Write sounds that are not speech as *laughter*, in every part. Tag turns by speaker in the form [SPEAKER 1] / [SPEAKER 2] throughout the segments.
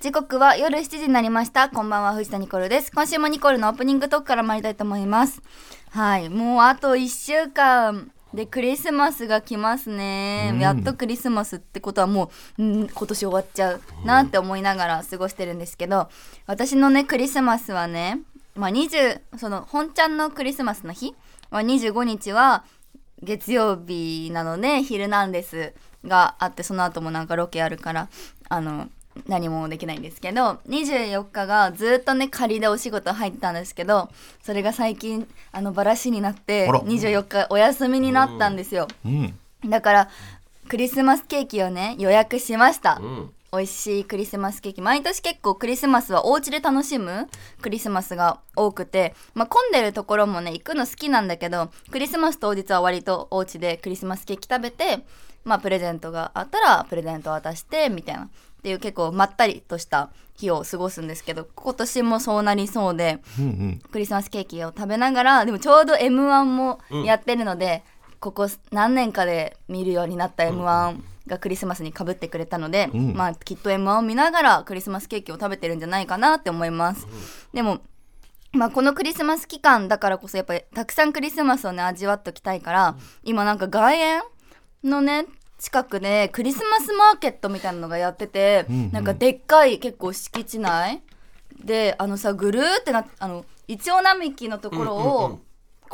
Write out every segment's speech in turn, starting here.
[SPEAKER 1] 時刻は夜7時になりました。こんばんは、藤田ニコルです。今週もニコルのオープニングトークから参りたいと思います。はい、もうあと1週間でクリスマスが来ますね。やっとクリスマスってことはもう、うん、今年終わっちゃうなって思いながら過ごしてるんですけど、私のね、クリスマスはね、まあ20、その、本ちゃんのクリスマスの日、まあ、25日は、月曜日なので「ヒルナンデス」があってその後もなんかロケあるからあの何もできないんですけど24日がずっとね仮でお仕事入ったんですけどそれが最近あのバラシになって
[SPEAKER 2] あら
[SPEAKER 1] 24日お休みになったんですよ
[SPEAKER 2] うん。
[SPEAKER 1] だからクリスマスケーキをね予約しました、
[SPEAKER 3] うん。
[SPEAKER 1] 美味しいクリスマスケーキ毎年結構クリスマスはお家で楽しむクリスマスが多くて、まあ、混んでるところもね行くの好きなんだけどクリスマス当日は割とお家でクリスマスケーキ食べて、まあ、プレゼントがあったらプレゼント渡してみたいなっていう結構まったりとした日を過ごすんですけど今年もそうなりそうで
[SPEAKER 2] うんうん。
[SPEAKER 1] クリスマスケーキを食べながらでもちょうど m 1もやってるので、ここ何年かで見るようになった m 1がクリスマスにかぶってくれたので、
[SPEAKER 2] ん
[SPEAKER 1] まあ、きっと m 1を見ながらクリスマスケーキを食べてるんじゃないかなって思います。でもまあ、このクリスマス期間だからこそやっぱりたくさんクリスマスをね味わっときたいから、今なんか外苑のね近くでクリスマスマーケットみたいなのがやってて、
[SPEAKER 2] んうん
[SPEAKER 1] なんかでっかい結構敷地内であのさぐるーってなあのイチョウ並木のところ
[SPEAKER 3] う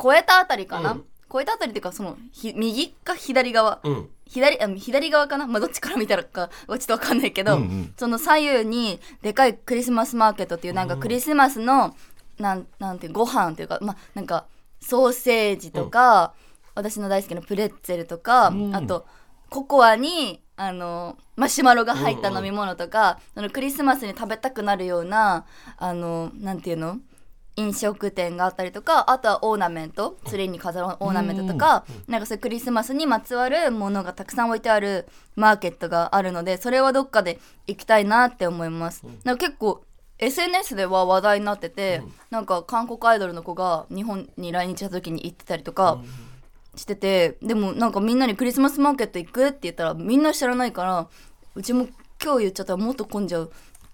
[SPEAKER 3] ん
[SPEAKER 1] を越えたあたりかな、
[SPEAKER 3] うん
[SPEAKER 1] 越えたあたりっていうかそのひ右か左側、
[SPEAKER 3] うん。
[SPEAKER 1] 左あ左側かな、まあ、どっちから見たらかはちょっとわかんないけど、
[SPEAKER 2] うんうん
[SPEAKER 1] その左右にでかいクリスマスマーケットっていうなんかクリスマスの、なんなんていうご飯というか、まあ、なんかソーセージとか、私の大好きなプレッツェルとか、あとココアにあのマシュマロが入った飲み物とか、そのクリスマスに食べたくなるようなあのなんていうの飲食店があったりとかあとはオーナメントツリーに飾るオーナメントとか、なんかそういうクリスマスにまつわるものがたくさん置いてあるマーケットがあるのでそれはどっかで行きたいなって思います。なんか結構 SNS では話題になってて、なんか韓国アイドルの子が日本に来日した時に行ってたりとかしてて、でもなんかみんなにクリスマスマーケット行くって言ったらみんな知らないからうちも今日言っちゃったらもっと混んじゃう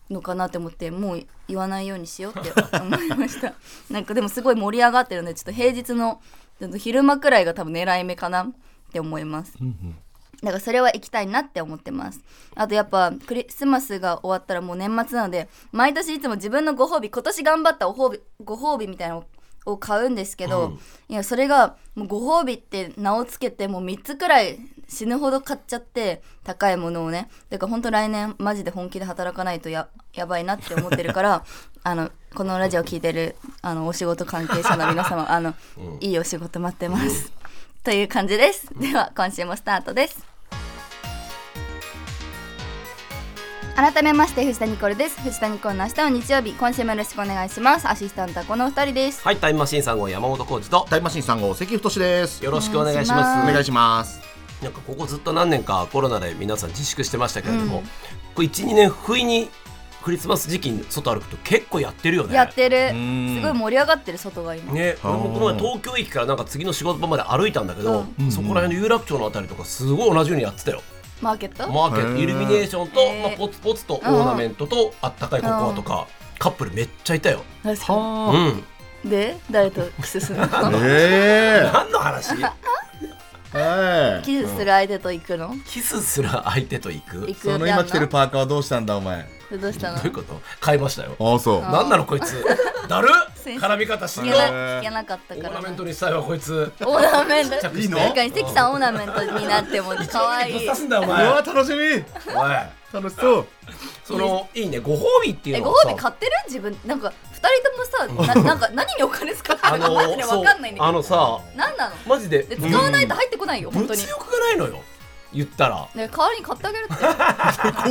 [SPEAKER 1] のかなって思ってもう言わないようにしようって *laughs* 思いましたなんかでもすごい盛り上がってるんでちょっと平日のちょっと昼間くらいが多分狙い目かなって思いますだからそれは行きたいなって思ってますあとやっぱクリスマスが終わったらもう年末なので毎年いつも自分のご褒美今年頑張ったお褒美ご褒美みたいなのを買うんですけど、いやそれがもうご褒美って名をつけてもう3つくらい死ぬほど買っちゃって高いものをねだから本当来年マジで本気で働かないとややばいなって思ってるから *laughs* あのこのラジオ聞いてるあのお仕事関係者の皆様あの、いいお仕事待ってます。という感じです。では今週もスタートです。改めまして藤田ニコルです。藤田ニコルの明日は日曜日、今週もよろしくお願いします。アシスタントはこのお二人です。
[SPEAKER 3] はい、タイムマシーンさん号山本浩二と、
[SPEAKER 2] タイムマシーン3号関太です。
[SPEAKER 3] よろしく
[SPEAKER 1] お
[SPEAKER 3] お
[SPEAKER 1] 願
[SPEAKER 3] 願
[SPEAKER 1] い
[SPEAKER 3] い
[SPEAKER 1] し
[SPEAKER 3] し
[SPEAKER 1] ます
[SPEAKER 3] ま
[SPEAKER 2] お
[SPEAKER 3] す。
[SPEAKER 2] 願いします。
[SPEAKER 3] なんかここずっと何年かコロナで皆さん自粛してましたけれども、これ1、2年不意にクリスマス時期に外歩くと結構やってるよね。
[SPEAKER 1] やってる。
[SPEAKER 2] ん
[SPEAKER 1] すごい盛り上がってる外が今。
[SPEAKER 3] ね、俺もこの前
[SPEAKER 2] あー
[SPEAKER 3] 東京駅からなんか次の仕事場まで歩いたんだけど、
[SPEAKER 2] うん
[SPEAKER 3] そこら辺の有楽町のあたりとかすごい同じようにやってたよ。
[SPEAKER 1] マーケット。
[SPEAKER 3] マーケッ
[SPEAKER 2] へ
[SPEAKER 3] ト
[SPEAKER 2] ー
[SPEAKER 3] イルミネーションと、
[SPEAKER 1] へー
[SPEAKER 3] まあ、ポツポツとオーナメントとあったかいココアとか、カップルめっちゃいたよ。
[SPEAKER 1] 確か
[SPEAKER 3] う
[SPEAKER 2] は
[SPEAKER 3] ん。
[SPEAKER 1] にで、誰とキスするの。
[SPEAKER 3] *laughs*
[SPEAKER 2] あ。え
[SPEAKER 3] 何の話？
[SPEAKER 2] え。はい。
[SPEAKER 1] キスする相手と行くの。
[SPEAKER 3] キスする相手と行く。
[SPEAKER 1] 行く
[SPEAKER 4] その今着てるパーカーはどうしたんだお前
[SPEAKER 1] それどうした
[SPEAKER 3] ど
[SPEAKER 1] の。
[SPEAKER 3] ういうこと買いましたよ。
[SPEAKER 2] ああそう。
[SPEAKER 1] あ
[SPEAKER 3] なんなのこ
[SPEAKER 1] *laughs*
[SPEAKER 3] いつ。だる
[SPEAKER 1] 先生
[SPEAKER 3] 絡み方し
[SPEAKER 1] 聞
[SPEAKER 3] ん
[SPEAKER 1] け
[SPEAKER 3] ど
[SPEAKER 1] な
[SPEAKER 3] オ
[SPEAKER 1] い
[SPEAKER 3] ー
[SPEAKER 1] 聞けなかったか
[SPEAKER 3] ナ
[SPEAKER 1] らな。
[SPEAKER 3] メント
[SPEAKER 1] オ
[SPEAKER 3] にしたいわこいつ。
[SPEAKER 1] ーナメント。
[SPEAKER 3] 着して
[SPEAKER 1] 確かに関さんオーナメントになっても可愛
[SPEAKER 3] ぶっ
[SPEAKER 1] い
[SPEAKER 3] 刺。すんだよお
[SPEAKER 2] う
[SPEAKER 3] 前。
[SPEAKER 2] わ楽しみ。
[SPEAKER 3] おい。
[SPEAKER 2] 楽しそう。
[SPEAKER 3] そのいいねご褒美ってい
[SPEAKER 1] え、
[SPEAKER 3] うの
[SPEAKER 1] ご
[SPEAKER 3] はさ
[SPEAKER 1] 褒美買ってる自分なんか二人ともさななんか何にお金使って
[SPEAKER 3] あ
[SPEAKER 1] るの
[SPEAKER 3] の
[SPEAKER 1] マジで
[SPEAKER 3] そ
[SPEAKER 1] わ
[SPEAKER 3] う
[SPEAKER 1] かんないんだ
[SPEAKER 3] あ
[SPEAKER 1] けど
[SPEAKER 3] のさ
[SPEAKER 1] 何なの
[SPEAKER 3] マジで
[SPEAKER 1] で使わないと入ってこないよ本当に
[SPEAKER 3] 物欲がないのよ言ったら。
[SPEAKER 1] ね代わりに買ってあげるって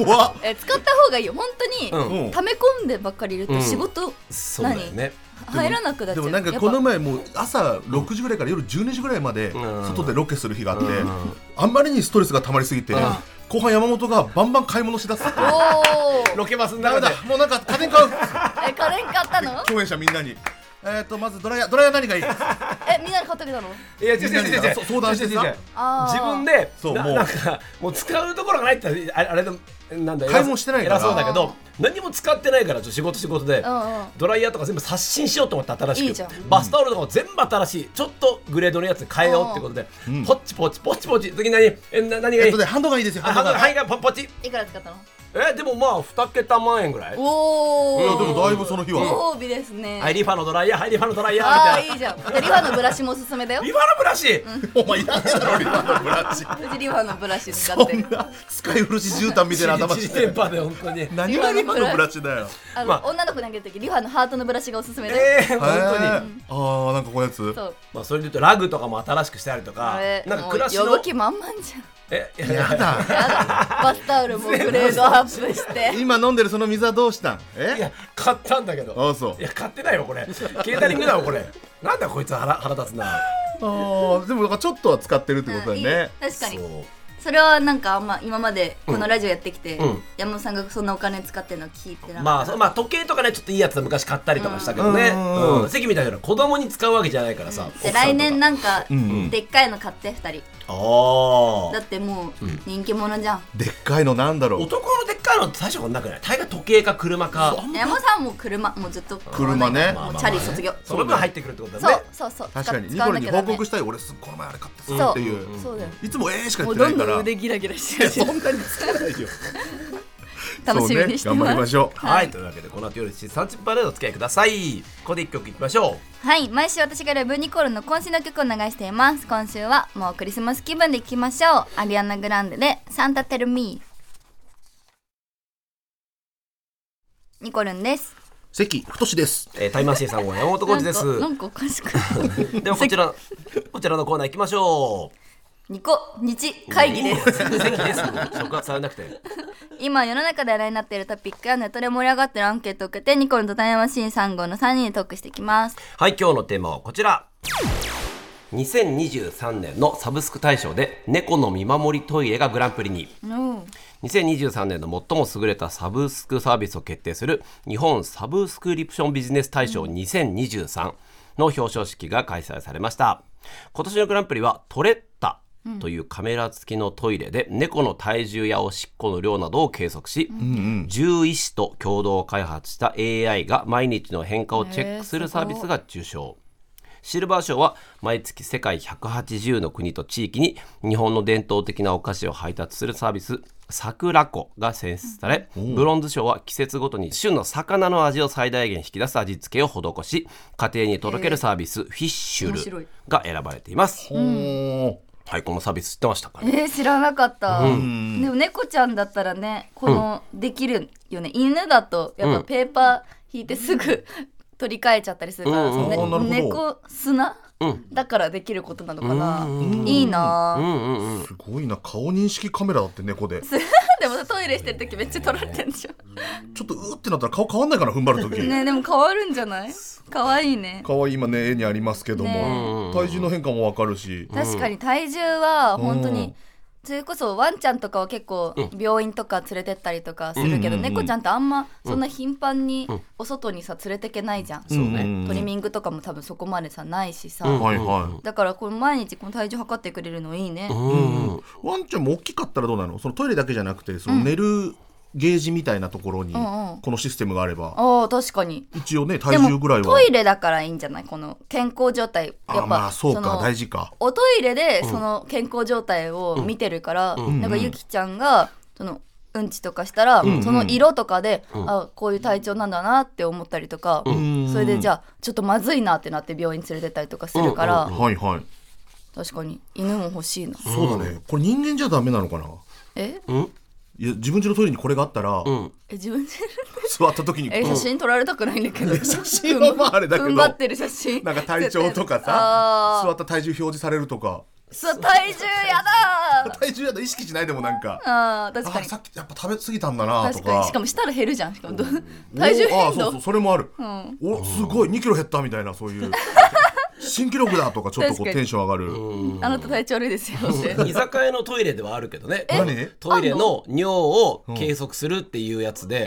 [SPEAKER 2] 怖っ。
[SPEAKER 1] え使った方がいいよ本
[SPEAKER 3] う
[SPEAKER 1] 当に
[SPEAKER 3] ん。
[SPEAKER 2] ん
[SPEAKER 1] 溜め込んでばっかりいると仕事
[SPEAKER 3] そうだよね。
[SPEAKER 1] 入らなくなっち
[SPEAKER 2] で
[SPEAKER 1] ゃう
[SPEAKER 2] もなんか
[SPEAKER 1] やっ
[SPEAKER 2] こ
[SPEAKER 1] ぱ
[SPEAKER 2] の前もう朝6時ぐらいから夜12時ぐらいまで
[SPEAKER 3] うん
[SPEAKER 2] 外でロケする日があって
[SPEAKER 3] うん
[SPEAKER 2] あんまりにストレスが溜まりすぎて
[SPEAKER 3] うん
[SPEAKER 2] 後半山本がバンバン買い物しだすっていう
[SPEAKER 1] おー
[SPEAKER 3] ロケバスの
[SPEAKER 2] ダメ
[SPEAKER 3] 中で
[SPEAKER 2] だもうなんか家電買う
[SPEAKER 1] え家電買った
[SPEAKER 2] *laughs*
[SPEAKER 1] の
[SPEAKER 2] 共演者みんなにえっとまずドライヤードライヤー何がいい
[SPEAKER 1] えみんなで買ってあげたの
[SPEAKER 3] いや違う
[SPEAKER 2] みん
[SPEAKER 3] 違
[SPEAKER 2] な
[SPEAKER 3] う
[SPEAKER 2] に
[SPEAKER 3] 違う違う
[SPEAKER 2] そう相談してさ
[SPEAKER 3] 違う違う違う
[SPEAKER 1] あー
[SPEAKER 3] 自分で
[SPEAKER 2] そう
[SPEAKER 3] な
[SPEAKER 2] もう
[SPEAKER 3] なんかもう使うところがないってあれあれでなんだ
[SPEAKER 2] 買い物してないから
[SPEAKER 3] 偉そうだけど何も使ってないからちょっと仕事仕事で
[SPEAKER 1] うんうん
[SPEAKER 3] ドライヤーとか全部刷新しようと思って新しく
[SPEAKER 1] いいじゃん
[SPEAKER 3] バスタオルとかも全部新しいちょっとグレードのやつ変えようってことで、
[SPEAKER 4] うん
[SPEAKER 3] ポッチポチポチポチ次何えな何が
[SPEAKER 2] え
[SPEAKER 3] いい、
[SPEAKER 2] っとね、ハンドがいいですよ。
[SPEAKER 3] あ
[SPEAKER 2] ハンド
[SPEAKER 3] は
[SPEAKER 2] が。
[SPEAKER 3] い
[SPEAKER 2] い
[SPEAKER 3] はいポポチ
[SPEAKER 1] いくら使ったの
[SPEAKER 3] えでもまあ2桁万円ぐらい
[SPEAKER 1] おお
[SPEAKER 2] や、でもだいぶその日は。
[SPEAKER 1] ご褒美ですね
[SPEAKER 3] はいリファのドライヤーはいリファのドライヤーみ
[SPEAKER 1] ああ
[SPEAKER 3] たい
[SPEAKER 1] いいじゃんでリファのブラシもおすすめだよ
[SPEAKER 3] なリファのブラシ、
[SPEAKER 2] お前、いらねえだろ、リファのブラシ。
[SPEAKER 1] 富士リファのブラシ使っ
[SPEAKER 2] そ
[SPEAKER 1] てる
[SPEAKER 2] んな使い古し絨毯みたいな頭
[SPEAKER 3] チ
[SPEAKER 2] し
[SPEAKER 3] リテ
[SPEAKER 1] *laughs*
[SPEAKER 2] て
[SPEAKER 3] ン。パで本当に
[SPEAKER 2] 何がリファのブラシだよ。
[SPEAKER 1] あの、
[SPEAKER 3] まあ
[SPEAKER 1] 女の子にあげる時リファのハートのブラシがおすすめだよ、
[SPEAKER 3] えー、本当に、
[SPEAKER 2] に。ああ、なんかこういうやつ。
[SPEAKER 1] そう
[SPEAKER 3] まあ、それで言うとラグとかも新しくしてあると
[SPEAKER 1] あ
[SPEAKER 3] か
[SPEAKER 1] れ
[SPEAKER 3] なんか暮らし
[SPEAKER 1] もう
[SPEAKER 3] の
[SPEAKER 1] 呼ぶ気満々じゃん
[SPEAKER 3] えいやいや
[SPEAKER 2] やだ。
[SPEAKER 1] やだバスタオルもグレードアップして
[SPEAKER 2] 今飲んでるその水はどうしたん
[SPEAKER 3] い
[SPEAKER 2] え
[SPEAKER 3] や買ったんだけど
[SPEAKER 2] ああ、そう
[SPEAKER 3] い。や買ってないよこれケータリングだわこれなんだこいつ腹腹立つな
[SPEAKER 2] ああ、でもなんかちょっとは使ってるってことだよね。
[SPEAKER 1] うんいい確かに
[SPEAKER 3] そう
[SPEAKER 1] それはなんかあんま今までこのラジオやってきて、
[SPEAKER 3] うん
[SPEAKER 1] 山本さんがそんなお金使ってるの聞いてなかった
[SPEAKER 3] まあそうまあ時計とかねちょっといいやつは昔買ったりとかしたけどね、
[SPEAKER 2] う
[SPEAKER 3] うん
[SPEAKER 2] うんうん
[SPEAKER 3] ん関みたいな子供に使うわけじゃないからさ、
[SPEAKER 1] で来年
[SPEAKER 3] な
[SPEAKER 1] なんか
[SPEAKER 2] うん
[SPEAKER 1] でっかいの買って2人
[SPEAKER 3] あー
[SPEAKER 1] だってもう人気者じゃん、
[SPEAKER 2] でっかいのなんだろう。
[SPEAKER 3] 男のでっかいのって最初からなくない大概時計か車か
[SPEAKER 1] 山本さんはもう車もうずっと
[SPEAKER 2] 車ね
[SPEAKER 1] もうチャリ卒業、
[SPEAKER 3] その分入ってくるってこと
[SPEAKER 1] そ
[SPEAKER 3] だ
[SPEAKER 1] う
[SPEAKER 3] ね
[SPEAKER 1] そうそう
[SPEAKER 2] 確かに、
[SPEAKER 1] 使使
[SPEAKER 2] ニコ
[SPEAKER 1] わ
[SPEAKER 2] ル
[SPEAKER 1] な
[SPEAKER 2] に
[SPEAKER 1] きゃ
[SPEAKER 2] 報
[SPEAKER 1] ダメ
[SPEAKER 2] 告したい。俺、すこの前あれ買ってさ。
[SPEAKER 1] そう
[SPEAKER 2] っていう。
[SPEAKER 1] そうだよ
[SPEAKER 2] いつもええしか
[SPEAKER 1] も
[SPEAKER 2] 言っ
[SPEAKER 1] う
[SPEAKER 2] て
[SPEAKER 1] ど
[SPEAKER 2] な
[SPEAKER 1] ん
[SPEAKER 2] いか
[SPEAKER 1] どん
[SPEAKER 2] ら。
[SPEAKER 1] 腕ギラギラしてるし
[SPEAKER 2] なに使えないよ。
[SPEAKER 1] 楽しみにして
[SPEAKER 2] そうね頑張り
[SPEAKER 1] ま
[SPEAKER 2] ますしょ
[SPEAKER 3] はい、というわけでこの後夜7時30分までお付き合いくださいここで一曲いきましょう
[SPEAKER 1] はい毎週私がラブニコルの今週の曲を流しています今週はもうクリスマス気分でいきましょうアリアナ・グランデで「サンタ・テル・ミー」ニコルンです
[SPEAKER 2] う。関太です。
[SPEAKER 3] えー、タイマンシーさんご山本浩
[SPEAKER 1] な
[SPEAKER 3] 二
[SPEAKER 1] ん
[SPEAKER 3] です
[SPEAKER 1] かなんかおか
[SPEAKER 2] *laughs*
[SPEAKER 1] しく
[SPEAKER 3] ではこちらこちらのコーナー行きましょ
[SPEAKER 1] ニコ日会議です
[SPEAKER 3] う関です触発されなくて
[SPEAKER 1] 今世の中で話題になっているトピックやネットで盛り上がってるアンケートを受けてニコルンとタイムマシーン3号の3人でトークしていきます
[SPEAKER 3] はい今日のテーマはこちら2023年のサブスク大賞で猫の見守りトイレがグランプリに
[SPEAKER 1] うん
[SPEAKER 3] 2023年の最も優れたサブスクサービスを決定する日本サブスクリプションビジネス大賞2023の表彰式が開催されました今年のグランプリはトレッタというカメラ付きのトイレで猫の体重やおしっこの量などを計測し、獣医師と共同開発した AI が毎日の変化をチェックするサービスが受賞、シルバー賞は毎月世界180の国と地域に日本の伝統的なお菓子を配達するサービス桜子が選出され、ブロンズ賞は季節ごとに旬の魚の味を最大限引き出す味付けを施し家庭に届けるサービス、フィッシ
[SPEAKER 1] 面
[SPEAKER 3] ュ
[SPEAKER 1] 白い
[SPEAKER 3] ルが選ばれています、
[SPEAKER 2] お
[SPEAKER 3] はいこのサービス知ってましたか、
[SPEAKER 1] えー、知らなかった、でも猫ちゃんだったらねこのできるよね、犬だとやっ
[SPEAKER 3] う
[SPEAKER 1] ぱ
[SPEAKER 3] ん
[SPEAKER 1] ペーパー引いてすぐ取り替えちゃったりするから、
[SPEAKER 3] うん
[SPEAKER 1] そのね
[SPEAKER 2] あーなるほど
[SPEAKER 1] 猫砂、
[SPEAKER 3] うん
[SPEAKER 1] だからできることなのかな、
[SPEAKER 3] うん
[SPEAKER 1] いいなあ、
[SPEAKER 3] うんうんうん
[SPEAKER 2] ーすごいな。顔認識カメラだって猫で。
[SPEAKER 1] *laughs* でもさトイレしてる時めっちゃ撮られてんでしょ
[SPEAKER 2] ちょっとうーってなったら顔変わんないかな、踏ん張るとき。
[SPEAKER 1] ねでも変わるんじゃない可愛いね
[SPEAKER 2] 可愛い今ね絵にありますけども、
[SPEAKER 3] ねえ
[SPEAKER 2] 体重の変化もわかるし、
[SPEAKER 1] 確かに体重は本当
[SPEAKER 2] う
[SPEAKER 1] に
[SPEAKER 2] ん
[SPEAKER 1] それこそワンちゃんとかは結構病院とか連れてったりとかするけど、
[SPEAKER 2] うんうんうん
[SPEAKER 1] 猫ちゃんってあんまそんな頻繁にお外にさ連れてけないじゃん、
[SPEAKER 3] そうね
[SPEAKER 1] トリミングとかも多分そこまでさないしさ、
[SPEAKER 3] うん
[SPEAKER 2] はいは
[SPEAKER 1] だからこれ毎日この体重測ってくれるのいいね、
[SPEAKER 3] うんうん
[SPEAKER 2] い。ワンちゃんも大きかったらどうなの？そのトイレだけじゃなくて、その寝るゲージみたいなところに
[SPEAKER 1] んうん
[SPEAKER 2] このシステムがあれば、
[SPEAKER 1] ああ確かに
[SPEAKER 2] 一応ね
[SPEAKER 1] で
[SPEAKER 2] 体重
[SPEAKER 1] も
[SPEAKER 2] ぐらいは。
[SPEAKER 1] トイレだからいいんじゃないこの健康状態
[SPEAKER 2] あ
[SPEAKER 1] やっ
[SPEAKER 2] ま
[SPEAKER 1] ぱ
[SPEAKER 2] あそう
[SPEAKER 1] の
[SPEAKER 2] か大事か。
[SPEAKER 1] おトイレでその健康状態を見てるから、なんかゆきちゃんがそのうんちとかしたら、その色とかで、あこういう体調なんだなって思ったりとか、
[SPEAKER 2] ん
[SPEAKER 1] それでじゃあちょっとまずいなってなって病院連れてったりとかするから、
[SPEAKER 2] はいはい。
[SPEAKER 1] 確かに犬も欲しいな。
[SPEAKER 2] そうだね。これ人間じゃダメなのかな？
[SPEAKER 1] え
[SPEAKER 2] いや自分家のトイレにこれがあったら、
[SPEAKER 3] ん
[SPEAKER 1] え自分で
[SPEAKER 2] 座った時に
[SPEAKER 1] え写真撮られたくないんだけ
[SPEAKER 2] *laughs*
[SPEAKER 1] ど写
[SPEAKER 2] 真はまああれだけど
[SPEAKER 1] 踏ん張ってる写真
[SPEAKER 2] なんか体調とかさ、座
[SPEAKER 1] あ
[SPEAKER 2] った体重表示されるとか、
[SPEAKER 1] ーそう体重やだー
[SPEAKER 2] *laughs* 体重やと意識しないでもなんか。
[SPEAKER 1] あー確か
[SPEAKER 2] あ
[SPEAKER 1] に
[SPEAKER 2] さっきやっぱ食べ過ぎたんだなと
[SPEAKER 1] 確かにしかもしたら減るじゃんしかもど体重
[SPEAKER 2] おあ
[SPEAKER 1] 変
[SPEAKER 2] そうそ
[SPEAKER 1] 動
[SPEAKER 2] うそれもある、
[SPEAKER 1] ん
[SPEAKER 2] おすごい2キロ減ったみたいなそういう *laughs* 新記録だとかちょっとこ
[SPEAKER 1] 確
[SPEAKER 2] う
[SPEAKER 1] かに
[SPEAKER 2] テンション上がる、
[SPEAKER 1] あなた体調悪いですよ
[SPEAKER 3] *laughs*
[SPEAKER 1] って
[SPEAKER 3] 居酒屋のトイレではあるけどね
[SPEAKER 2] 何
[SPEAKER 3] トイレの尿を計測するっていうやつで、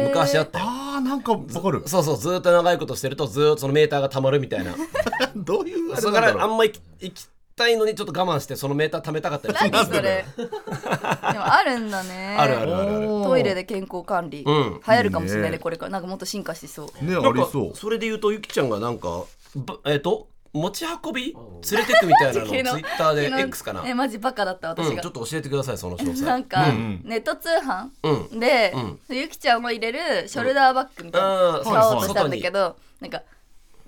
[SPEAKER 1] えー
[SPEAKER 3] 昔あったよ
[SPEAKER 2] あーなんかわかる *laughs*
[SPEAKER 3] そうそうずー
[SPEAKER 1] *laughs*
[SPEAKER 3] っと長いことしてるとずーっとそのメーターがたまるみたいな
[SPEAKER 2] どういうあれな
[SPEAKER 3] そ
[SPEAKER 2] ん
[SPEAKER 3] れか
[SPEAKER 2] だ
[SPEAKER 3] らあ
[SPEAKER 2] ろうん
[SPEAKER 3] まり生きたいのにちょっと我慢してそのメーター貯めたかったりする
[SPEAKER 1] 何それでもあるんだね
[SPEAKER 3] あるあるあるある
[SPEAKER 1] トイレで健康管理、
[SPEAKER 3] ん
[SPEAKER 1] 流行るかもしれない
[SPEAKER 2] いい
[SPEAKER 1] ね
[SPEAKER 2] ね
[SPEAKER 1] これからなんかもっと進化しそう
[SPEAKER 2] ね
[SPEAKER 3] な
[SPEAKER 2] あ
[SPEAKER 3] んか
[SPEAKER 2] りそう
[SPEAKER 3] それで言うとゆきちゃんがなんかばえっ、と持ち運び連れてくみたいなのをツイッター
[SPEAKER 1] *laughs* 昨
[SPEAKER 3] で
[SPEAKER 1] 日
[SPEAKER 3] X かな、
[SPEAKER 1] えマジバカだった私
[SPEAKER 3] うん、
[SPEAKER 1] が
[SPEAKER 3] ちょっ、と教えてくださいその詳
[SPEAKER 1] *laughs*
[SPEAKER 3] 細
[SPEAKER 1] なんか、
[SPEAKER 2] ん
[SPEAKER 1] ネット通
[SPEAKER 3] う
[SPEAKER 1] 販で、ゆきちゃんを入れるショルダーバッグみたい
[SPEAKER 3] うん
[SPEAKER 1] な、
[SPEAKER 3] うん
[SPEAKER 1] 買おうとしたんだけど、なんか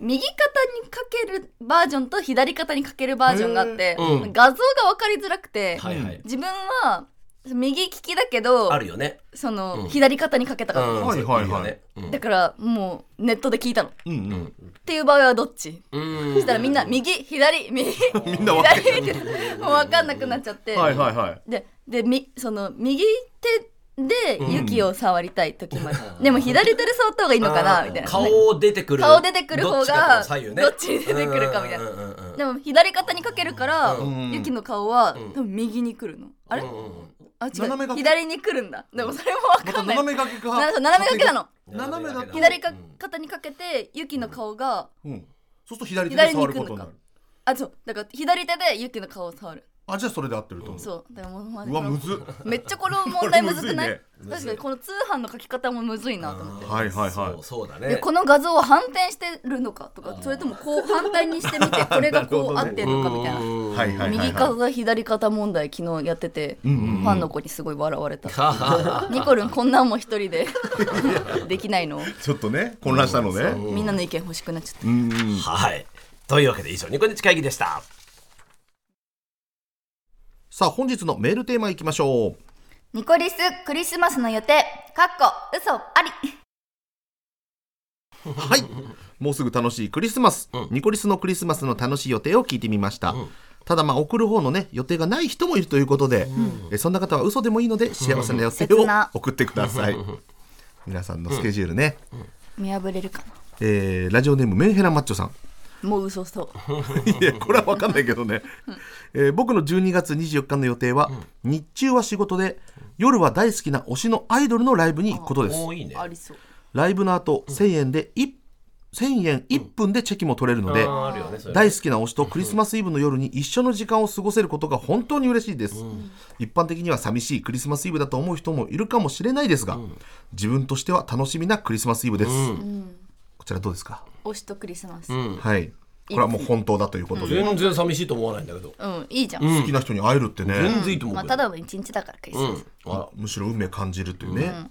[SPEAKER 1] 右肩にかけるバージョンと左肩にかけるバージョンがあって、
[SPEAKER 3] うん
[SPEAKER 1] 画像が分かりづらくて、
[SPEAKER 3] はいはい、
[SPEAKER 1] 自分は右利きだけど
[SPEAKER 3] あるよね、
[SPEAKER 1] その、
[SPEAKER 3] うん
[SPEAKER 1] 左肩にかけた
[SPEAKER 3] う
[SPEAKER 1] から、
[SPEAKER 3] ん、
[SPEAKER 2] はいはいはい
[SPEAKER 3] そういうのね
[SPEAKER 1] だからもうネットで聞いたのっ
[SPEAKER 2] うんうん
[SPEAKER 1] ていう場合はどっち
[SPEAKER 3] うん
[SPEAKER 1] そしたらみんな右左右
[SPEAKER 2] みんな分か
[SPEAKER 1] 左ってもう分かんなくなっちゃって、
[SPEAKER 2] はいはいはい
[SPEAKER 1] ででみその右手で
[SPEAKER 2] ん
[SPEAKER 1] 雪を触りたい時まで、でも左手で触った方がいいのかなみたいなね
[SPEAKER 3] 顔出てくる
[SPEAKER 1] 顔出てくる方が
[SPEAKER 3] どっちかと左右ね
[SPEAKER 1] どっちに出てくるかみたいな
[SPEAKER 3] うんうんうんうん
[SPEAKER 1] でも左肩にかけるから、
[SPEAKER 2] うん
[SPEAKER 1] ユキの顔は、
[SPEAKER 3] ん
[SPEAKER 1] 多分右に来るのあれ、あ違
[SPEAKER 2] 斜め
[SPEAKER 1] う
[SPEAKER 2] がけ
[SPEAKER 1] 左に来るんだでもそれも分か
[SPEAKER 2] また
[SPEAKER 1] んない、
[SPEAKER 2] 斜めがけ
[SPEAKER 1] な
[SPEAKER 2] か
[SPEAKER 1] そう斜め掛けなの
[SPEAKER 2] 斜めだと
[SPEAKER 1] 左か
[SPEAKER 3] うん
[SPEAKER 1] 肩にかけてユキの顔が、
[SPEAKER 2] うんそうすると左手で触ることになる
[SPEAKER 1] あそうだから左手でユキの顔を触る
[SPEAKER 2] あじゃあそれで合ってると思う
[SPEAKER 1] そうだからもうほんまに
[SPEAKER 2] う
[SPEAKER 1] こ
[SPEAKER 2] わ
[SPEAKER 1] の
[SPEAKER 2] むずっ
[SPEAKER 1] めっちゃこの問題むずくない、
[SPEAKER 2] *laughs* これ
[SPEAKER 1] 確かにこの通販の書き方もむずいなと思って。
[SPEAKER 2] はいはいはい
[SPEAKER 3] そうそうだ
[SPEAKER 1] で
[SPEAKER 3] ね
[SPEAKER 1] この画像は反転してるのかとかそれともこう反対にしてみてこれがこう合
[SPEAKER 2] *laughs* なるほどね
[SPEAKER 1] ってるのかみたいな
[SPEAKER 3] う
[SPEAKER 2] はい
[SPEAKER 3] ん
[SPEAKER 2] はいはいはい
[SPEAKER 1] 右肩左肩問題昨日やっててファンの子にすごい笑われたニコルンこんなんも一人
[SPEAKER 2] *laughs*
[SPEAKER 1] で *laughs* できないの
[SPEAKER 2] ちょっとね混乱したのね
[SPEAKER 1] みんなの意見欲しくなっちゃった
[SPEAKER 2] うん
[SPEAKER 3] はいというわけで以上ニコニチ会議でした
[SPEAKER 2] さあ本日のメールテーマいきましょ *laughs* う
[SPEAKER 1] ニコリスクリスマスの予定かっこ嘘あり
[SPEAKER 2] はい。もうすぐ楽しいクリスマス、
[SPEAKER 3] ん
[SPEAKER 2] ニコリスのクリスマスの楽しい予定を聞いてみました。ただまあ送る方のね予定がない人もいるということで、えそんな方は嘘でもいいので幸せな予定
[SPEAKER 1] 切
[SPEAKER 2] を
[SPEAKER 1] な
[SPEAKER 2] 送ってください。皆さんのスケジュールね。
[SPEAKER 1] 見破れるか
[SPEAKER 2] えーラジオネームメンヘラマッチョさん。
[SPEAKER 1] なもう嘘そう
[SPEAKER 2] いやこれは分かんないけどね、えー僕の12月24日の予定は、日中は仕事で夜は大好きな推しのアイドルのライブに行くことです
[SPEAKER 3] もういいね
[SPEAKER 1] ありそう
[SPEAKER 2] ライブの後、1000円で1 1000円1分でチェキも取れるので、
[SPEAKER 3] あるよねそれ
[SPEAKER 2] 大好きな推しとクリスマスイブの夜に一緒の時間を過ごせることが本当に嬉しいです、一般的には寂しいクリスマスイブだと思う人もいるかもしれないですが、自分としては楽しみなクリスマスイブです、こちらどうですか、
[SPEAKER 1] 推しとクリスマス
[SPEAKER 2] はいこれはもう本当だということで、
[SPEAKER 3] 全然寂しいと思わないんだけど
[SPEAKER 1] うんいいじゃん
[SPEAKER 2] 好きな人に会えるってね、
[SPEAKER 3] 全然いいと思
[SPEAKER 1] まあ
[SPEAKER 3] うけ
[SPEAKER 1] た
[SPEAKER 3] ど
[SPEAKER 1] だの一日だからクリスマス
[SPEAKER 2] あむしろ運命感じるというね、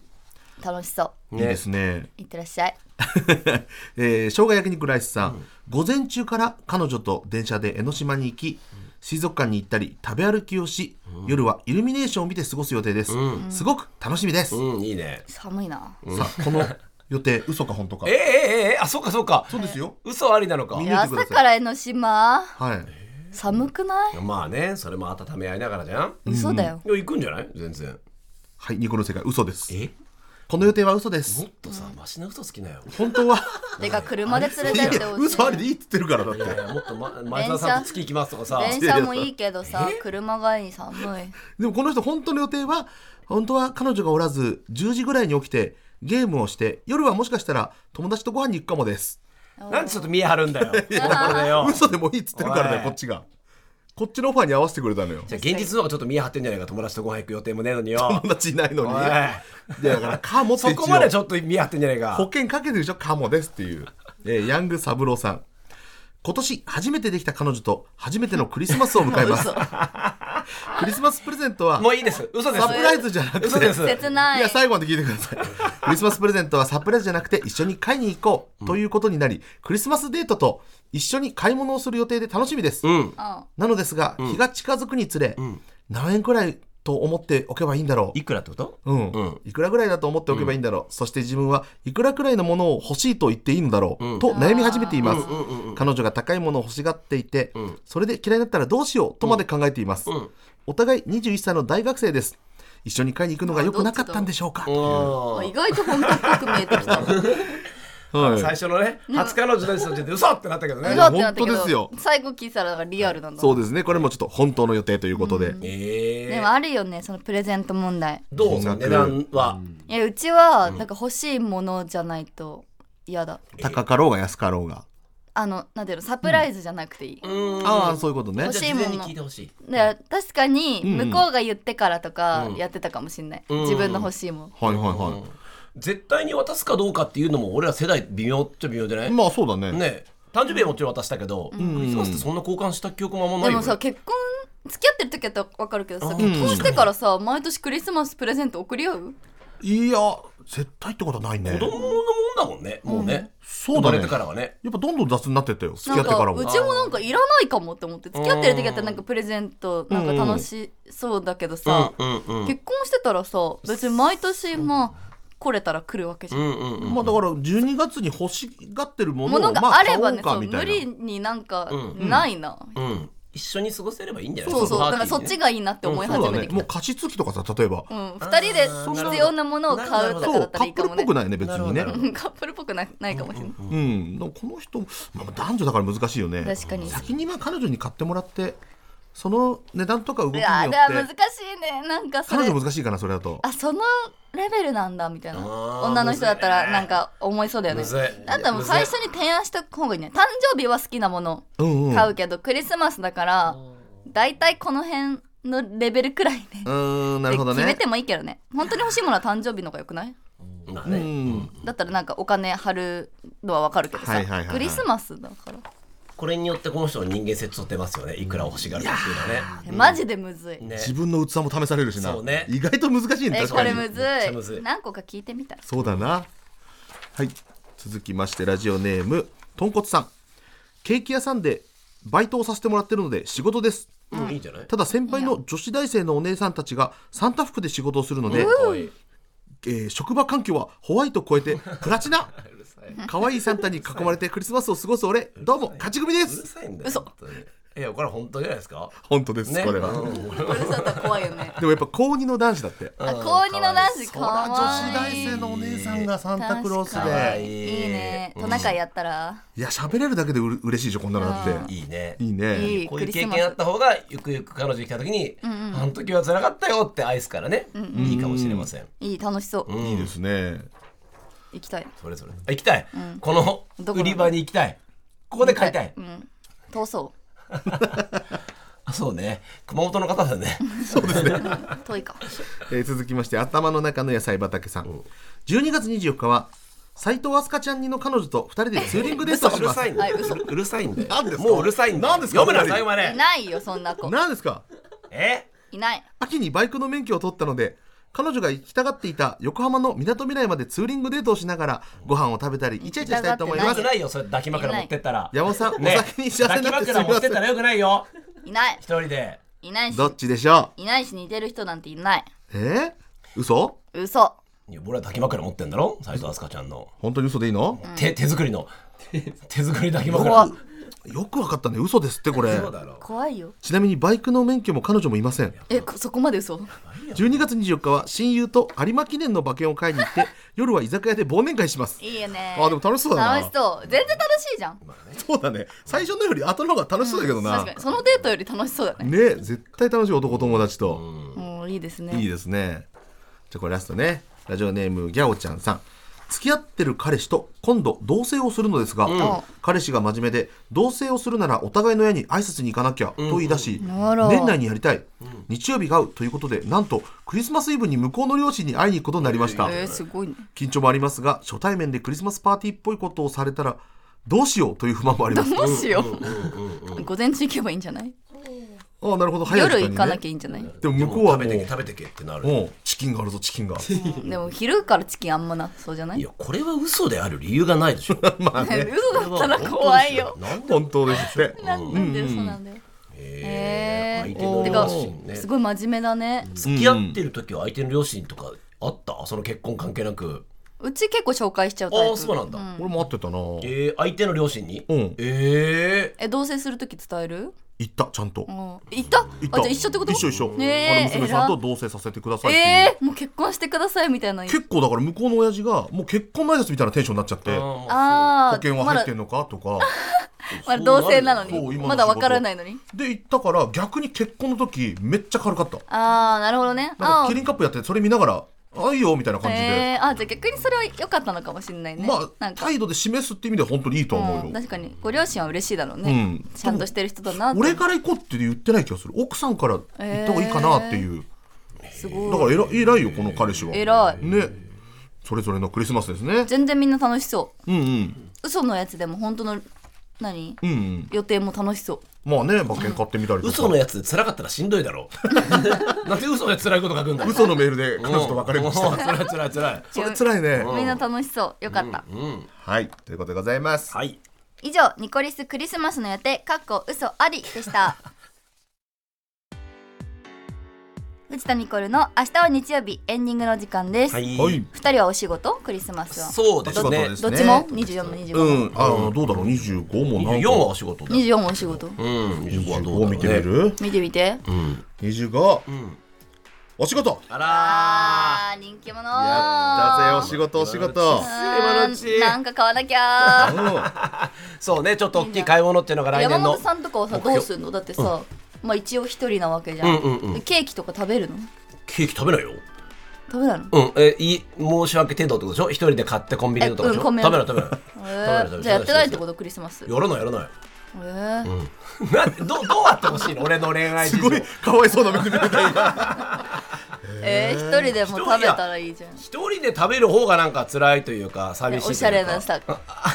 [SPEAKER 1] 楽しそう
[SPEAKER 2] いいですね
[SPEAKER 1] いってらっしゃい
[SPEAKER 2] えー、生姜焼肉ライスさん、午前中から彼女と電車で江ノ島に行き水族館に行ったり食べ歩きをし、夜はイルミネーションを見て過ごす予定です、すごく楽しみです、
[SPEAKER 3] うんいいね
[SPEAKER 1] 寒いな
[SPEAKER 2] さあこの予定嘘か本当か
[SPEAKER 3] えええええあそうかそうか
[SPEAKER 2] そうですよ
[SPEAKER 3] 嘘ありなのか
[SPEAKER 1] い
[SPEAKER 2] みん
[SPEAKER 1] や
[SPEAKER 2] 見てください
[SPEAKER 1] 朝から江ノ島
[SPEAKER 2] はい
[SPEAKER 1] 寒くない
[SPEAKER 3] まあねそれも温め合いながらじゃん
[SPEAKER 1] 嘘だよ
[SPEAKER 3] いや行くんじゃない全然
[SPEAKER 2] はいニコの世界嘘です
[SPEAKER 3] え
[SPEAKER 2] この予定は嘘です
[SPEAKER 3] もっとさマシな嘘好きなよ
[SPEAKER 2] 本当は
[SPEAKER 1] てか車で連れ
[SPEAKER 2] *laughs* い
[SPEAKER 1] て
[SPEAKER 2] や
[SPEAKER 1] ってほしい
[SPEAKER 2] 嘘ありでいいって言ってるからだっ
[SPEAKER 3] いやい
[SPEAKER 2] て
[SPEAKER 3] やもっと、ま、前澤さんと月行きますとかさ
[SPEAKER 1] 電車もいいけどさ車帰り寒い
[SPEAKER 2] でもこの人本当の予定は本当は彼女がおらず10時ぐらいに起きてゲームをして夜はもしかしたら友達とご飯に行くかもです
[SPEAKER 3] なんでちょっと見え張る
[SPEAKER 2] *laughs*
[SPEAKER 3] んだよこれよ
[SPEAKER 2] 嘘でもいいっつってるから
[SPEAKER 3] お
[SPEAKER 2] ね
[SPEAKER 3] い
[SPEAKER 2] こっちがこっちのオファーに合わせてくれたのよ
[SPEAKER 3] じゃあ現実の方がちょっと見え張ってんじゃないか友達とご飯行く予定もねえのによ
[SPEAKER 2] 友達いないのに
[SPEAKER 3] おい
[SPEAKER 2] でだから「かも」って
[SPEAKER 3] そ
[SPEAKER 2] 一
[SPEAKER 3] こまでち
[SPEAKER 2] 応
[SPEAKER 3] ょっと見え張ってんじゃないか
[SPEAKER 2] 保険かけてるでしょ「かも」ですっていう、えーヤング三郎さん今年初めてできた彼女と初めてのクリスマスを迎えます
[SPEAKER 1] 嘘
[SPEAKER 2] クリスマスプレゼントは
[SPEAKER 3] もういいです嘘です
[SPEAKER 2] サプライズじゃなくて
[SPEAKER 3] 嘘です
[SPEAKER 1] 切ない
[SPEAKER 2] いや最後まで聞いてくださいクリスマスプレゼントはサプライズじゃなくて一緒に買いに行こうということになり、クリスマスデートと一緒に買い物をする予定で楽しみです、
[SPEAKER 3] うん
[SPEAKER 1] うん
[SPEAKER 2] なのですが、日が近づくにつれ、
[SPEAKER 3] ん
[SPEAKER 2] 何円くらいと思っておけばいいんだろう
[SPEAKER 3] いくらってこと
[SPEAKER 2] うん
[SPEAKER 3] うん
[SPEAKER 2] いくらぐらいだと思っておけばいいんだろう、そして自分はいくらくらいのものを欲しいと言っていいのだろう、と悩み始めています、彼女が高いものを欲しがっていて、それで嫌いだったらどうしようとまで考えています、お互い21歳の大学生です一緒に買いに行くのが良くなかったんでしょうか、
[SPEAKER 1] あ意外と本当っぽく見えてきた
[SPEAKER 2] はい
[SPEAKER 3] 最初のね初彼女の時点で嘘ってなったけどね
[SPEAKER 1] 嘘ってなったけ
[SPEAKER 2] 本当です
[SPEAKER 1] ど
[SPEAKER 2] よ
[SPEAKER 1] 最後聞いたらなんかリアルなんだ
[SPEAKER 2] そうですねこれもちょっと本当の予定ということで、
[SPEAKER 3] え
[SPEAKER 1] で
[SPEAKER 3] え
[SPEAKER 1] もあるよねそのプレゼント問題
[SPEAKER 3] どうその値段は、
[SPEAKER 1] いやうちはなんか欲しいものじゃないと嫌だ
[SPEAKER 2] 高かろうが安かろうが
[SPEAKER 1] あのなんていうのサプライズじゃなくていい、
[SPEAKER 2] ああそういうことね
[SPEAKER 1] 欲しい
[SPEAKER 3] じゃあ事前に聞いてほしい。
[SPEAKER 1] で確かに
[SPEAKER 2] んうん
[SPEAKER 1] 向こうが言ってからとかやってたかもしれない、
[SPEAKER 3] ん
[SPEAKER 1] 自分の欲しいもん、
[SPEAKER 2] はいはいは
[SPEAKER 3] 絶対に渡すかどうかっていうのも俺ら世代微妙っちゃ微妙じゃないい、
[SPEAKER 2] まあそうだね
[SPEAKER 3] ね誕生日はもちろん渡したけど、クリスマスってそんな交換した記憶もあんまな
[SPEAKER 1] で
[SPEAKER 3] い
[SPEAKER 1] も
[SPEAKER 3] よ、ね、
[SPEAKER 1] さ結婚付き合ってる時だったら分かるけどさ結婚してからさ毎年クリスマスプレゼント送り合う
[SPEAKER 2] いや絶対ってことはないね
[SPEAKER 3] 子供のもんだもんねもうね、
[SPEAKER 2] そうだ
[SPEAKER 3] 生ま
[SPEAKER 2] ね
[SPEAKER 3] れてからはね
[SPEAKER 2] やっぱどんどん雑になってったよ付
[SPEAKER 1] な
[SPEAKER 2] き合
[SPEAKER 1] ん
[SPEAKER 2] ってから
[SPEAKER 1] か
[SPEAKER 2] も
[SPEAKER 1] うちもなんかいらないかもって思って付き合ってる時だったらなんかプレゼントなんか楽しそうだけどさ、
[SPEAKER 3] うんうんうん
[SPEAKER 1] 結婚してたらさ別に毎年まあ来れたら来るわけじゃん、
[SPEAKER 3] うんうんうん
[SPEAKER 2] まあだから12月に欲しがってるも
[SPEAKER 1] も
[SPEAKER 2] のを
[SPEAKER 1] の
[SPEAKER 2] ま
[SPEAKER 1] が
[SPEAKER 2] あ
[SPEAKER 1] あ
[SPEAKER 2] 買
[SPEAKER 1] れ
[SPEAKER 2] お
[SPEAKER 1] ば
[SPEAKER 2] う
[SPEAKER 1] ね、
[SPEAKER 2] か
[SPEAKER 1] そう
[SPEAKER 2] みた
[SPEAKER 1] 無
[SPEAKER 2] いな
[SPEAKER 1] 理になんか
[SPEAKER 3] う
[SPEAKER 1] ないな、
[SPEAKER 3] うん一緒に過ごせればいいんじゃない
[SPEAKER 1] そうそう
[SPEAKER 3] パ
[SPEAKER 1] だ
[SPEAKER 3] ー
[SPEAKER 1] か
[SPEAKER 3] ティー
[SPEAKER 1] ら
[SPEAKER 3] で
[SPEAKER 1] そっちがいいなって思い
[SPEAKER 2] そ
[SPEAKER 1] 始
[SPEAKER 2] うだ
[SPEAKER 1] めて
[SPEAKER 2] ね
[SPEAKER 1] きた、
[SPEAKER 2] もう加湿器とかさ例えば
[SPEAKER 1] うん、2人で必要なものを買うとかだった
[SPEAKER 2] カ
[SPEAKER 1] らいい
[SPEAKER 2] ップ
[SPEAKER 1] か
[SPEAKER 2] ルっ
[SPEAKER 1] もね
[SPEAKER 2] ぽくないね別に
[SPEAKER 3] な
[SPEAKER 2] ね
[SPEAKER 3] るほ
[SPEAKER 1] うん *laughs* カップルっぽくないないかもしれない、
[SPEAKER 2] うんでもこの人も、まあ、男女だから難しいよね
[SPEAKER 1] 確かに
[SPEAKER 2] 先にまあ彼女に買ってもらってその値段とか動
[SPEAKER 1] う
[SPEAKER 2] きによ
[SPEAKER 1] わー
[SPEAKER 2] っ
[SPEAKER 1] だから難していねなんかそ
[SPEAKER 2] 彼
[SPEAKER 1] れ
[SPEAKER 2] 女難しいかなそれだと
[SPEAKER 1] あそのレベルなんだみたいな
[SPEAKER 3] あー
[SPEAKER 1] 女の人だったらなんか思いそうだよね
[SPEAKER 3] むずい
[SPEAKER 1] だったらもう最初に提案した方がいいね誕生日は好きなもの
[SPEAKER 2] うんうん
[SPEAKER 1] 買うけど、クリスマスだからだいたいこの辺のレベルくらいね
[SPEAKER 2] うーんなるほど
[SPEAKER 1] 決め
[SPEAKER 2] ね
[SPEAKER 1] てもいいけどね本当に欲しいものは誕生日の方がよくない
[SPEAKER 3] だ
[SPEAKER 2] う
[SPEAKER 3] ね
[SPEAKER 2] ん
[SPEAKER 1] だったらなんかお金張るのはわかるけどさ、
[SPEAKER 2] はいはいはいはい
[SPEAKER 1] クリスマスだから
[SPEAKER 3] これによってこの人の人間性とってますよねいくら欲しがるかっていうのはね
[SPEAKER 1] えマジでむずい、
[SPEAKER 3] ね
[SPEAKER 2] 自分の器も試されるしな
[SPEAKER 3] そうね
[SPEAKER 2] 意外と難しいね
[SPEAKER 1] え
[SPEAKER 2] 確
[SPEAKER 1] こ
[SPEAKER 2] か
[SPEAKER 1] れ
[SPEAKER 2] に
[SPEAKER 1] むず
[SPEAKER 3] めっちゃ
[SPEAKER 1] い
[SPEAKER 3] むずい
[SPEAKER 1] 何個か聞いてみたら
[SPEAKER 2] そうだな。はい。続きまして、ラジオネーム、とんこつさん。ケーキ屋さんでバイトをさせてもらってるので仕事です。
[SPEAKER 3] うんいいんじゃない
[SPEAKER 2] ただ先輩の女子大生のお姉さんたちがサンタ服で仕事をするので、
[SPEAKER 3] かわいい
[SPEAKER 2] えー職場環境はホワイトを超えてプラチナ可愛いサンタに囲まれてクリスマスを過ごす俺、どうも勝ち組で
[SPEAKER 3] うる
[SPEAKER 2] す
[SPEAKER 3] さいんだよ本当にいやこれは本当じゃないですか
[SPEAKER 2] 本当です、
[SPEAKER 3] ね
[SPEAKER 2] これは。
[SPEAKER 3] うん
[SPEAKER 1] これだったら怖いよね
[SPEAKER 2] でもやっぱ高2の男子だって。
[SPEAKER 1] あ高2の男子かわいい
[SPEAKER 2] のお姉さんがサン
[SPEAKER 1] 確かに
[SPEAKER 3] で
[SPEAKER 1] いいねトナカイやったら、
[SPEAKER 2] いや、喋れるだけでうれ嬉しいでしょ、こんなのだって。
[SPEAKER 3] いいね
[SPEAKER 2] いいね。
[SPEAKER 1] いい
[SPEAKER 3] こう
[SPEAKER 1] ク
[SPEAKER 3] いう
[SPEAKER 1] リ
[SPEAKER 3] 経
[SPEAKER 1] スマ
[SPEAKER 3] 験あっ
[SPEAKER 1] ス
[SPEAKER 3] た方がゆくゆく彼女に来た時に、あの時は辛かったよって愛すからね、いいかもしれません、
[SPEAKER 1] いい楽しそう、
[SPEAKER 2] いいですね。
[SPEAKER 1] 行きたい
[SPEAKER 3] それぞれあ行きたい、この
[SPEAKER 1] どこ
[SPEAKER 3] 売り場に行きたいここで買いたい、
[SPEAKER 1] うん通そ
[SPEAKER 3] あそうね熊本の方だ *laughs* ね
[SPEAKER 1] う遠いか
[SPEAKER 2] えー続きまして頭の中の野菜畑さん、12月24日は斎藤飛鳥ちゃんにの彼女と2人でツーリングデー
[SPEAKER 3] *laughs*
[SPEAKER 2] トを
[SPEAKER 3] う
[SPEAKER 2] し
[SPEAKER 3] る
[SPEAKER 2] ます
[SPEAKER 3] さいんだよ
[SPEAKER 1] はいう
[SPEAKER 3] るさいんだよ
[SPEAKER 2] 何ですか
[SPEAKER 3] もううるさいんだよ
[SPEAKER 2] 何ですか
[SPEAKER 3] 読むな最後ま
[SPEAKER 1] い
[SPEAKER 3] で
[SPEAKER 1] ないよそんな子
[SPEAKER 2] 何ですか
[SPEAKER 3] え
[SPEAKER 1] いない
[SPEAKER 2] 秋にバイクの免許を取ったので彼女が行きたがっていた横浜のみなとみらいまでツーリングデートをしながらご飯を食べたりイチャイチャしたいと思い
[SPEAKER 3] よ
[SPEAKER 1] 行
[SPEAKER 2] ます
[SPEAKER 1] き
[SPEAKER 3] くないよそれ抱き枕持ってったら
[SPEAKER 2] 山本さん、
[SPEAKER 3] ね
[SPEAKER 2] お酒に幸せ
[SPEAKER 3] 抱
[SPEAKER 2] に
[SPEAKER 3] き
[SPEAKER 2] なってすみ
[SPEAKER 3] 枕持
[SPEAKER 2] ま
[SPEAKER 3] って
[SPEAKER 2] せ
[SPEAKER 3] ったら
[SPEAKER 2] ん
[SPEAKER 3] よくないよ
[SPEAKER 1] いない
[SPEAKER 3] 一人で
[SPEAKER 1] いないし
[SPEAKER 2] どっちでしょ
[SPEAKER 1] いないし似てる人なんていないう
[SPEAKER 2] えー、嘘
[SPEAKER 1] 嘘
[SPEAKER 3] いや俺は抱き枕持ってんだろ斉藤飛鳥ちゃんの、
[SPEAKER 2] 本当に嘘でいいの、
[SPEAKER 3] 手手作りの手手作り抱き
[SPEAKER 2] うわ
[SPEAKER 3] 枕
[SPEAKER 2] よくわかったね嘘ですってこれ
[SPEAKER 3] そうだろ
[SPEAKER 1] 怖いよ
[SPEAKER 2] ちなみにバイクの免許も彼女もいません
[SPEAKER 1] えこそこまで嘘
[SPEAKER 2] 12月24日は親友と有馬記念の馬券を買いに行って夜は居酒屋で忘年会
[SPEAKER 1] *laughs*
[SPEAKER 2] します
[SPEAKER 1] いいよね
[SPEAKER 2] あでも楽しそうだな
[SPEAKER 1] 楽しそう全然楽しいじゃん
[SPEAKER 2] そうだね最初のより後の方が楽しそうだけどな、
[SPEAKER 1] 確かにそのデートより楽しそうだね
[SPEAKER 2] ね絶対楽しい男友達と、
[SPEAKER 1] もういいですね
[SPEAKER 2] いいですねじゃあこれラストねラジオネームギャオちゃんさん付き合ってる彼氏と今度同棲をするのですが、彼氏が真面目で同棲をするならお互いの家に挨拶に行かなきゃと言い出し、
[SPEAKER 1] あら
[SPEAKER 2] 年内にやりたい、日曜日が合うということでなんとクリスマスイブに向こうの両親に会いに行くことになりました、
[SPEAKER 1] えー、すごいね
[SPEAKER 2] 緊張もありますが初対面でクリスマスパーティーっぽいことをされたらどうしようという不満もあり
[SPEAKER 1] *laughs*
[SPEAKER 2] ます
[SPEAKER 1] もしよう午前中行けばいいんじゃない
[SPEAKER 2] ああなるほど早い時間
[SPEAKER 1] 夜
[SPEAKER 2] に、
[SPEAKER 1] 行
[SPEAKER 2] ね、
[SPEAKER 1] かなきゃいいんじゃない
[SPEAKER 2] でも向こうはも
[SPEAKER 3] 食
[SPEAKER 2] う
[SPEAKER 3] べてけ食べてけってなる
[SPEAKER 2] もうチキンがあるぞチキンが
[SPEAKER 1] でも昼からチキンあんまなそうじゃないい
[SPEAKER 3] やこれは嘘である理由がないでしょ
[SPEAKER 2] まあね
[SPEAKER 1] 嘘だったら怖いよ
[SPEAKER 3] なんで
[SPEAKER 2] 本当で
[SPEAKER 1] *laughs*
[SPEAKER 2] すって
[SPEAKER 1] なんなんでそうなんだよへ
[SPEAKER 3] 相
[SPEAKER 1] え
[SPEAKER 3] 手の
[SPEAKER 1] て
[SPEAKER 3] 両
[SPEAKER 1] か
[SPEAKER 3] 親ね
[SPEAKER 1] すごい真面目だね
[SPEAKER 3] 付き合ってる時は相手の両親とかあったその結婚関係なく
[SPEAKER 1] うち結構紹介しちゃうタイ
[SPEAKER 3] あ
[SPEAKER 1] プ
[SPEAKER 3] あそうなんだ、
[SPEAKER 2] 俺も会ってたな行
[SPEAKER 3] えー、相手の両親に、
[SPEAKER 2] うん
[SPEAKER 3] ええ
[SPEAKER 1] え同棲するとき伝える
[SPEAKER 2] ったちゃんと
[SPEAKER 1] うん行った
[SPEAKER 2] 行っ
[SPEAKER 1] あじ
[SPEAKER 2] た
[SPEAKER 1] ゃあ一緒ってこと
[SPEAKER 2] 一緒一緒あの
[SPEAKER 1] ねえ
[SPEAKER 2] 娘さんと同棲させてくださいっていう
[SPEAKER 1] えー、もう結婚してくださいみたいな
[SPEAKER 2] 結構だから向こうの親父がもう結婚の挨拶みたいなテンションになっちゃって
[SPEAKER 3] ー、
[SPEAKER 2] 保
[SPEAKER 3] あ
[SPEAKER 1] ああ
[SPEAKER 2] 険は入ってんのかとか
[SPEAKER 1] まだ同棲なの
[SPEAKER 2] そう今の仕
[SPEAKER 1] に
[SPEAKER 2] 事
[SPEAKER 1] まだわからないのに
[SPEAKER 2] で行ったから逆に結婚の時めっちゃ軽かった
[SPEAKER 1] ああなるほどねあ
[SPEAKER 2] なんかキリンカップやっててそれ見ながらあいいよみたいな感じで、
[SPEAKER 1] えー、あじゃあ逆にそれは良かったのかもしれないね、
[SPEAKER 2] ま
[SPEAKER 1] な
[SPEAKER 2] あ
[SPEAKER 1] んか、
[SPEAKER 2] 態度で示すって意味では本当にいいとは思
[SPEAKER 1] う
[SPEAKER 2] うんよ、
[SPEAKER 1] 確かにご両親は嬉しいだろうね、
[SPEAKER 2] うん
[SPEAKER 1] ちゃんとしてる人だなって
[SPEAKER 2] 俺から行こうって言ってない気がする奥さんから行った方がいいかなっていう、
[SPEAKER 1] すごい
[SPEAKER 2] だからえら偉いよこの彼氏は
[SPEAKER 1] 偉い
[SPEAKER 2] ねそれぞれのクリスマスですね
[SPEAKER 1] 全然みんな楽しそう
[SPEAKER 2] うんうん
[SPEAKER 1] 嘘のやつでも本当の何
[SPEAKER 2] うんうん
[SPEAKER 1] 予定も楽しそう
[SPEAKER 2] まあね馬券買ってみたりとか
[SPEAKER 3] 嘘のやつ辛かったらしんどいだ
[SPEAKER 2] *laughs*
[SPEAKER 3] ろうなんで嘘で辛いこと書くんだよ
[SPEAKER 2] 嘘のメールで彼女と別れまし
[SPEAKER 3] うん
[SPEAKER 2] た
[SPEAKER 3] 辛い辛い辛い
[SPEAKER 2] *laughs* それ辛いね
[SPEAKER 1] みんな楽しそうよかった、
[SPEAKER 3] うん
[SPEAKER 2] はいということでございます
[SPEAKER 3] はい
[SPEAKER 1] 以上ニコリスクリスマスの予定かっこ嘘ありでした
[SPEAKER 2] *laughs*
[SPEAKER 1] 藤田ニコルの明日は日曜日エンディングの時間です、
[SPEAKER 3] はい
[SPEAKER 2] はい
[SPEAKER 1] 二人はお仕事クリスマスは
[SPEAKER 3] そうです
[SPEAKER 2] そう
[SPEAKER 3] ね
[SPEAKER 2] です
[SPEAKER 1] どっちも24も25
[SPEAKER 2] う
[SPEAKER 1] も、
[SPEAKER 2] んあのどうだろう25もなん
[SPEAKER 3] 24
[SPEAKER 2] か
[SPEAKER 3] はお仕事だよ
[SPEAKER 1] 24もお仕事
[SPEAKER 3] うん25はどうだろう
[SPEAKER 2] 25
[SPEAKER 3] ね
[SPEAKER 2] 見てみる
[SPEAKER 1] 見てみて
[SPEAKER 3] うん
[SPEAKER 2] 25
[SPEAKER 3] うん
[SPEAKER 2] お仕事
[SPEAKER 3] あら
[SPEAKER 1] あー人気者
[SPEAKER 2] やったぜお仕事お仕事
[SPEAKER 1] あーなんか買わなきゃー
[SPEAKER 3] ーそうねちょっと大きい買い物っていうのが *laughs* 来
[SPEAKER 1] 山
[SPEAKER 3] 年の
[SPEAKER 1] 本さんとかはさ
[SPEAKER 3] 目標
[SPEAKER 1] どうすんのだってさ、まあ一応一人なわけじゃん,、
[SPEAKER 3] うんうんうん
[SPEAKER 1] ケーキとか食べるの
[SPEAKER 3] ケーキ食べないよ
[SPEAKER 1] 食べないの、
[SPEAKER 3] うんえい申し訳程度ってことでしょ一人で買ってコンビニでとかでしょ
[SPEAKER 1] えうん
[SPEAKER 3] 食
[SPEAKER 1] コン
[SPEAKER 3] べ
[SPEAKER 1] ビ
[SPEAKER 3] な
[SPEAKER 1] ニ
[SPEAKER 3] い食べない
[SPEAKER 1] え
[SPEAKER 3] 食べ
[SPEAKER 1] ー、
[SPEAKER 3] る
[SPEAKER 1] じゃあやってないってことクリスマスえ
[SPEAKER 3] やらないやらない
[SPEAKER 1] えー
[SPEAKER 3] などどうあってほしいの俺の恋愛事
[SPEAKER 2] す
[SPEAKER 3] 情
[SPEAKER 2] ごいかわいそうな目で見てた今
[SPEAKER 1] えー、一人でも食べたらいいじゃん
[SPEAKER 3] 一人で食べる方がなんか辛いというか寂しいというか
[SPEAKER 1] おしゃれなさ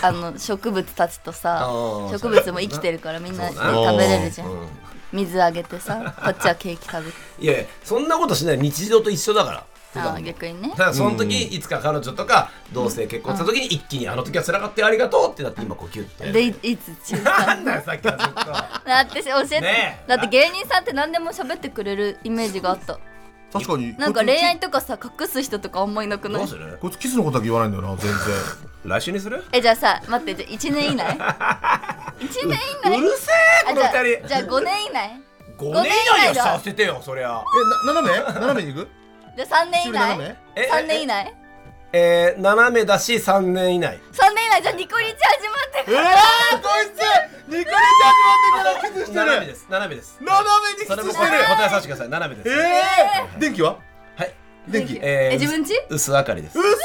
[SPEAKER 1] あの植物たちとさ
[SPEAKER 3] あー
[SPEAKER 1] 植物も生きてるからみんなで
[SPEAKER 3] そうだ
[SPEAKER 2] な
[SPEAKER 1] 食べれるじゃ
[SPEAKER 3] うんん
[SPEAKER 1] 水あげてさこっちはケーキ食べて
[SPEAKER 3] いやいやそんなことしない日常と一緒だから
[SPEAKER 1] あー逆にね
[SPEAKER 3] だからその時いつか彼女とか同性結婚した時に一気にあの時は辛かったよありがとうってなって今呼吸って
[SPEAKER 1] でいいつ中
[SPEAKER 3] なんだよさっきからずっと
[SPEAKER 1] だって教えて、
[SPEAKER 3] ねえ
[SPEAKER 1] だって芸人さんって何でも喋ってくれるイメージがあった
[SPEAKER 2] 確かに
[SPEAKER 1] なんか恋愛とかさ隠す人とかあんまいなくな
[SPEAKER 3] ど
[SPEAKER 1] いう
[SPEAKER 3] する
[SPEAKER 2] こいつキスのことだけ言わないんだよな全然
[SPEAKER 3] 来週にする
[SPEAKER 1] えじゃあさ待ってじゃあ1年以
[SPEAKER 3] *laughs*
[SPEAKER 1] 内1年以
[SPEAKER 3] う
[SPEAKER 1] 内
[SPEAKER 3] るせえこ
[SPEAKER 1] あ
[SPEAKER 3] の
[SPEAKER 1] じゃ
[SPEAKER 3] 二
[SPEAKER 1] あ
[SPEAKER 3] 人
[SPEAKER 1] じゃあ5年以内
[SPEAKER 3] 五
[SPEAKER 1] 五
[SPEAKER 3] 年
[SPEAKER 1] 年
[SPEAKER 3] 以内は
[SPEAKER 1] 以内だ
[SPEAKER 3] させてよそりゃ
[SPEAKER 2] *laughs* えな斜め斜めに行く
[SPEAKER 1] じゃあ3年以
[SPEAKER 2] 中
[SPEAKER 1] 内
[SPEAKER 2] 斜め
[SPEAKER 3] え
[SPEAKER 1] 3年以内
[SPEAKER 3] えー、斜めだし三年以内
[SPEAKER 1] 3年以内じゃあニコリチ始まって
[SPEAKER 2] ええこいつニコリちゃん始まってからキスしてる
[SPEAKER 3] 斜めです斜めです
[SPEAKER 2] 斜めに
[SPEAKER 3] それ
[SPEAKER 2] キ
[SPEAKER 3] も
[SPEAKER 2] スして
[SPEAKER 3] 答
[SPEAKER 2] る
[SPEAKER 3] え答えさせてください斜めです
[SPEAKER 2] ええ電気は
[SPEAKER 3] はい
[SPEAKER 2] 電気
[SPEAKER 1] え自分ち
[SPEAKER 3] 薄明かりです
[SPEAKER 2] 薄明か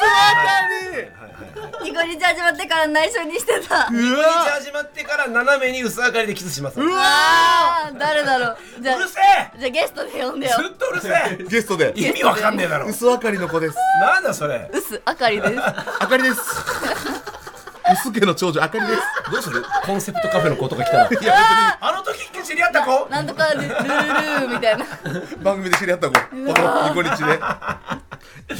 [SPEAKER 2] り
[SPEAKER 3] はいはいはい
[SPEAKER 1] ニコリチ始まってから内緒にしてた
[SPEAKER 2] う
[SPEAKER 3] 一日
[SPEAKER 2] わ
[SPEAKER 3] 始まってから斜めに薄明かりでキスしますう
[SPEAKER 2] う
[SPEAKER 3] る
[SPEAKER 2] わ
[SPEAKER 1] あー誰だろうじゃあ
[SPEAKER 3] せえ
[SPEAKER 1] じゃあゲストで呼んでよ
[SPEAKER 3] ずっとうるせえ
[SPEAKER 2] ゲストで
[SPEAKER 3] 意味わかんねえだろ
[SPEAKER 2] 薄明かりの子です
[SPEAKER 3] なんだそれ
[SPEAKER 1] うすあかりです
[SPEAKER 2] 明かり *laughs* です薄家の長女明かりです
[SPEAKER 3] どうするコンセプトカフェの子とか来たら
[SPEAKER 2] いや
[SPEAKER 3] あの時知り合った子
[SPEAKER 1] なんとかルルルーみたいな
[SPEAKER 2] 別に番組で知り合った子このニコリチで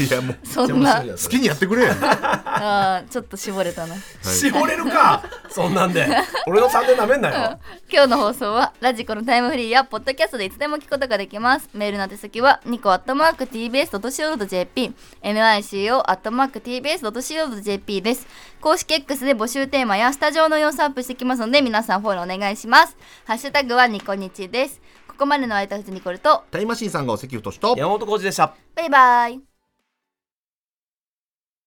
[SPEAKER 2] いやもう
[SPEAKER 1] そんな
[SPEAKER 2] 好きにやってくれ
[SPEAKER 1] あーちょっと絞れたな *laughs*
[SPEAKER 3] 絞れるか *laughs* そんなんで俺の3年なめんなよ
[SPEAKER 1] 今日の放送はラジコのタイムフリーやポッドキャストでいつでも聞くことができますメールの宛先はニコアットマーク TBS.CO.JP NICO アットマーク TBS.CO.JP です公式 X で募集テーマやスタジオの様子アップしてきますので皆さんフォローお願いしますハッシュタグはニコニチですここまでの間藤ニコルと
[SPEAKER 2] タイムマシーンさんが関太と
[SPEAKER 3] 山本浩二でした
[SPEAKER 1] バイバイ